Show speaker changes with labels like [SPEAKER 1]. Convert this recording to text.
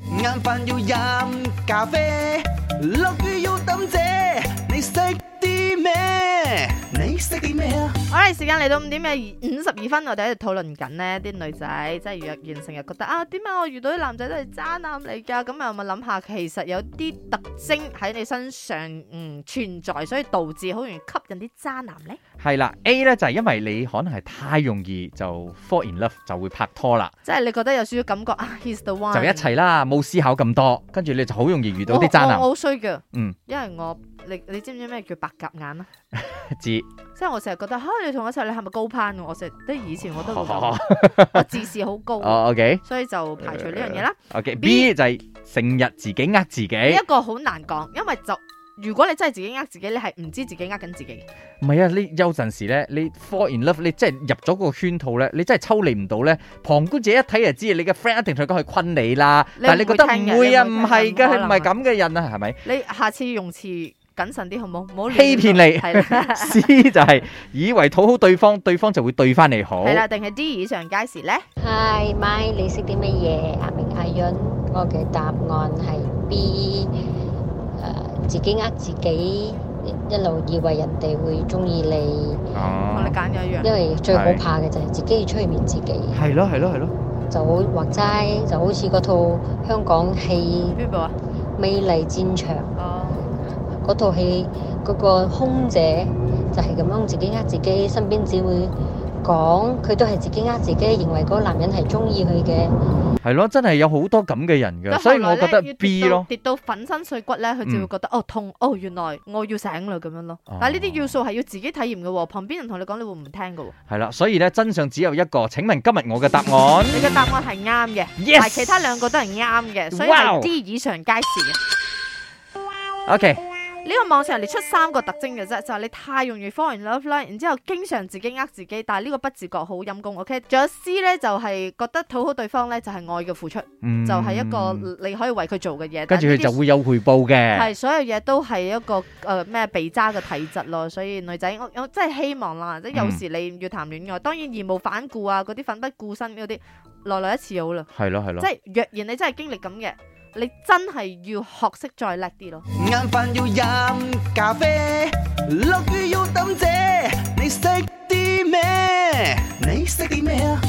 [SPEAKER 1] 晏飯要飲咖啡，落雨要抌遮，你識啲咩？你識啲咩啊？
[SPEAKER 2] 好啦，時間嚟到五點嘅五十二分，我啊哋喺度討論緊呢啲女仔即係若然成日覺得啊，點解我遇到啲男仔都係渣男嚟㗎？咁啊又咪諗下，其實有啲特徵喺你身上嗯存在，所以導致好容易吸引啲渣男呢。
[SPEAKER 3] 係啦，A 咧就係因為你可能係太容易就 fall in love 就會拍拖啦，
[SPEAKER 2] 即係你覺得有少少感覺啊，he's the one
[SPEAKER 3] 就一齊啦，冇思考咁多，跟住你就好容易遇到啲渣男
[SPEAKER 2] 我我。我好衰㗎，
[SPEAKER 3] 嗯，
[SPEAKER 2] 因為我你你知唔知咩叫白鴿眼啊？
[SPEAKER 3] 知
[SPEAKER 2] 即係我成日覺得嚇、啊你同我一齊，你係咪高攀啊㗎？我成日都以前我都會
[SPEAKER 3] 哦
[SPEAKER 2] 咁， 我自視好高，
[SPEAKER 3] 哦，OK，OK，
[SPEAKER 2] 所以就排除呢樣嘢啦。B
[SPEAKER 3] B 就係成日自己呃自己，
[SPEAKER 2] 呢一個好難講，因為就如果你真係自己呃自己，你係唔知自己呃緊自己。
[SPEAKER 3] 唔係啊，你有陣時咧，你 fall in love，你真係入咗個圈套咧，你真係抽離唔到咧，旁觀者一睇就知，你嘅 friend 一定同佢講係坤你啦，
[SPEAKER 2] 你
[SPEAKER 3] 但係你覺得
[SPEAKER 2] 唔會聽嘅
[SPEAKER 3] 唔會啊，
[SPEAKER 2] 你
[SPEAKER 3] 唔
[SPEAKER 2] 唔會
[SPEAKER 3] 係
[SPEAKER 2] 聽嘅
[SPEAKER 3] 嘅，佢
[SPEAKER 2] 可能
[SPEAKER 3] 唔係咁嘅人啊，係咪？
[SPEAKER 2] 你下次用詞謹慎啲好冇？唔好亂
[SPEAKER 3] 欺騙你
[SPEAKER 2] 係啦
[SPEAKER 3] C 就係以為討好對方，對方就會對翻你 好。
[SPEAKER 2] 係啦，定係 D 以上皆是咧？
[SPEAKER 4] Hi Mike，你識啲乜嘢？阿明阿潤，我嘅答案係 B，誒自己呃自己，一一路以為人哋會中意你，
[SPEAKER 2] 我
[SPEAKER 3] 哦
[SPEAKER 2] 哋，揀咗一樣。
[SPEAKER 4] 因為最好
[SPEAKER 3] 係
[SPEAKER 4] 怕嘅就係自己要催眠自己，
[SPEAKER 3] 係咯係咯係咯，
[SPEAKER 4] 就好或齋就好似嗰套香港戲
[SPEAKER 2] 邊部啊？
[SPEAKER 4] 《美麗戰場》
[SPEAKER 2] 哦，
[SPEAKER 4] 嗰套戲嗰個空姐就係咁樣自己呃自己，身邊只會講佢都係自己呃自己，認為嗰個男人係中意佢嘅。
[SPEAKER 3] 係咯，真係有好多咁嘅人㗎，
[SPEAKER 2] 咁
[SPEAKER 3] 所
[SPEAKER 2] 後
[SPEAKER 3] 以
[SPEAKER 2] 來
[SPEAKER 3] 我
[SPEAKER 2] 呢
[SPEAKER 3] 覺得
[SPEAKER 2] 要跌
[SPEAKER 3] B
[SPEAKER 2] 到
[SPEAKER 3] 咯。
[SPEAKER 2] 跌到粉身碎骨咧，佢就會
[SPEAKER 3] 嗯
[SPEAKER 2] 覺得哦痛，哦原來我要醒啦咁樣咯。
[SPEAKER 3] 哦
[SPEAKER 2] 但係呢啲要素係要自己體驗嘅喎，旁邊人同你講你會唔聽嘅喎。
[SPEAKER 3] 係啦，所以咧真相只有一個。請問今日我嘅答案
[SPEAKER 2] 你嘅答案係啱嘅，
[SPEAKER 3] Yes
[SPEAKER 2] 但係其他兩個都係啱嘅，所以係
[SPEAKER 3] Wow
[SPEAKER 2] D 以上皆是嘅。
[SPEAKER 3] ？OK，
[SPEAKER 2] 呢個網上列出三個特徵嘅啫，就係、你太容易 fall in love 啦，然之後經常自己呃自己，但係呢個不自覺好陰功。OK，仲有 C 呢，就係、覺得討好對方呢，就係、愛嘅付出，
[SPEAKER 3] 嗯
[SPEAKER 2] 就係一個你可以為佢做嘅嘢。
[SPEAKER 3] 跟住佢就會有回報嘅。
[SPEAKER 2] 係所有嘢都係一個誒咩、被渣嘅體質咯。所以女仔，我我真係希望啦，即係有
[SPEAKER 3] 嗯
[SPEAKER 2] 時你要談戀愛，當然義無反顧啊，嗰啲奮不顧身嗰啲，來來一次就好啦。
[SPEAKER 3] 係咯係咯
[SPEAKER 2] 即。係若然你真係經歷咁嘅，你真係要學識再叻啲咯。
[SPEAKER 1] 晏飯要飲咖啡，落雨要抌遮，你識啲咩？你識啲咩啊？